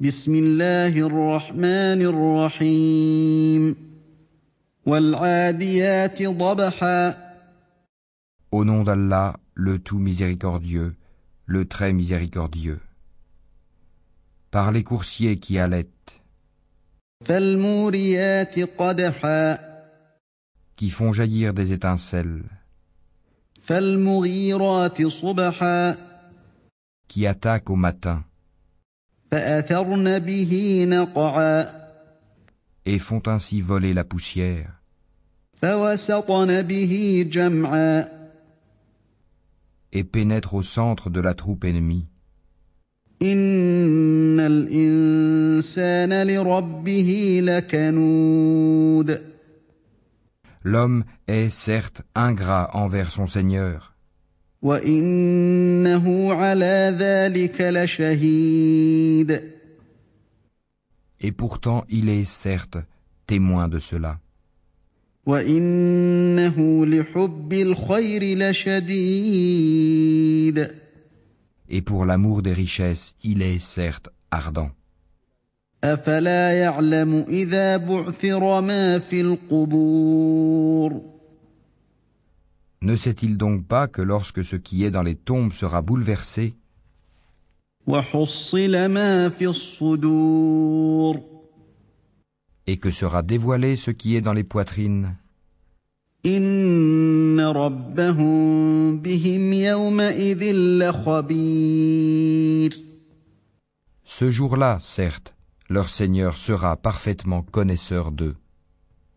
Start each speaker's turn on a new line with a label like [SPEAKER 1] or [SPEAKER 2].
[SPEAKER 1] بسم الله الرحمن الرحيم والعاديات ضبحا
[SPEAKER 2] Au nom d'Allah, le tout miséricordieux, le très miséricordieux. Par les coursiers qui allaitent,
[SPEAKER 1] فالموريات قدحا
[SPEAKER 2] qui font jaillir des étincelles,
[SPEAKER 1] فالمغيرات صبحا
[SPEAKER 2] qui attaquent au matin,
[SPEAKER 1] فأثرن به نقعا
[SPEAKER 2] et font ainsi voler la poussière,
[SPEAKER 1] فوسطن به جمعا
[SPEAKER 2] et pénètrent au centre de la troupe ennemie.
[SPEAKER 1] إن الإنسان لربه لكنود
[SPEAKER 2] L'homme est certes ingrat envers son Seigneur,
[SPEAKER 1] وإنه على ذلك لشهيد
[SPEAKER 2] et pourtant il est certes témoin de cela,
[SPEAKER 1] وإنه لحب الخير لشديد
[SPEAKER 2] et pour l'amour des richesses il est certes ardent.
[SPEAKER 1] أفلا يعلم إذا بعثر ما في القبور
[SPEAKER 2] Ne sait-il donc pas que lorsque ce qui est dans les tombes sera bouleversé,
[SPEAKER 1] وحصل ما في الصدور
[SPEAKER 2] et que sera dévoilé ce qui est dans les poitrines,
[SPEAKER 1] إن ربهم بهم يومئذ لخبير
[SPEAKER 2] ce jour-là, certes, leur Seigneur sera parfaitement connaisseur d'eux.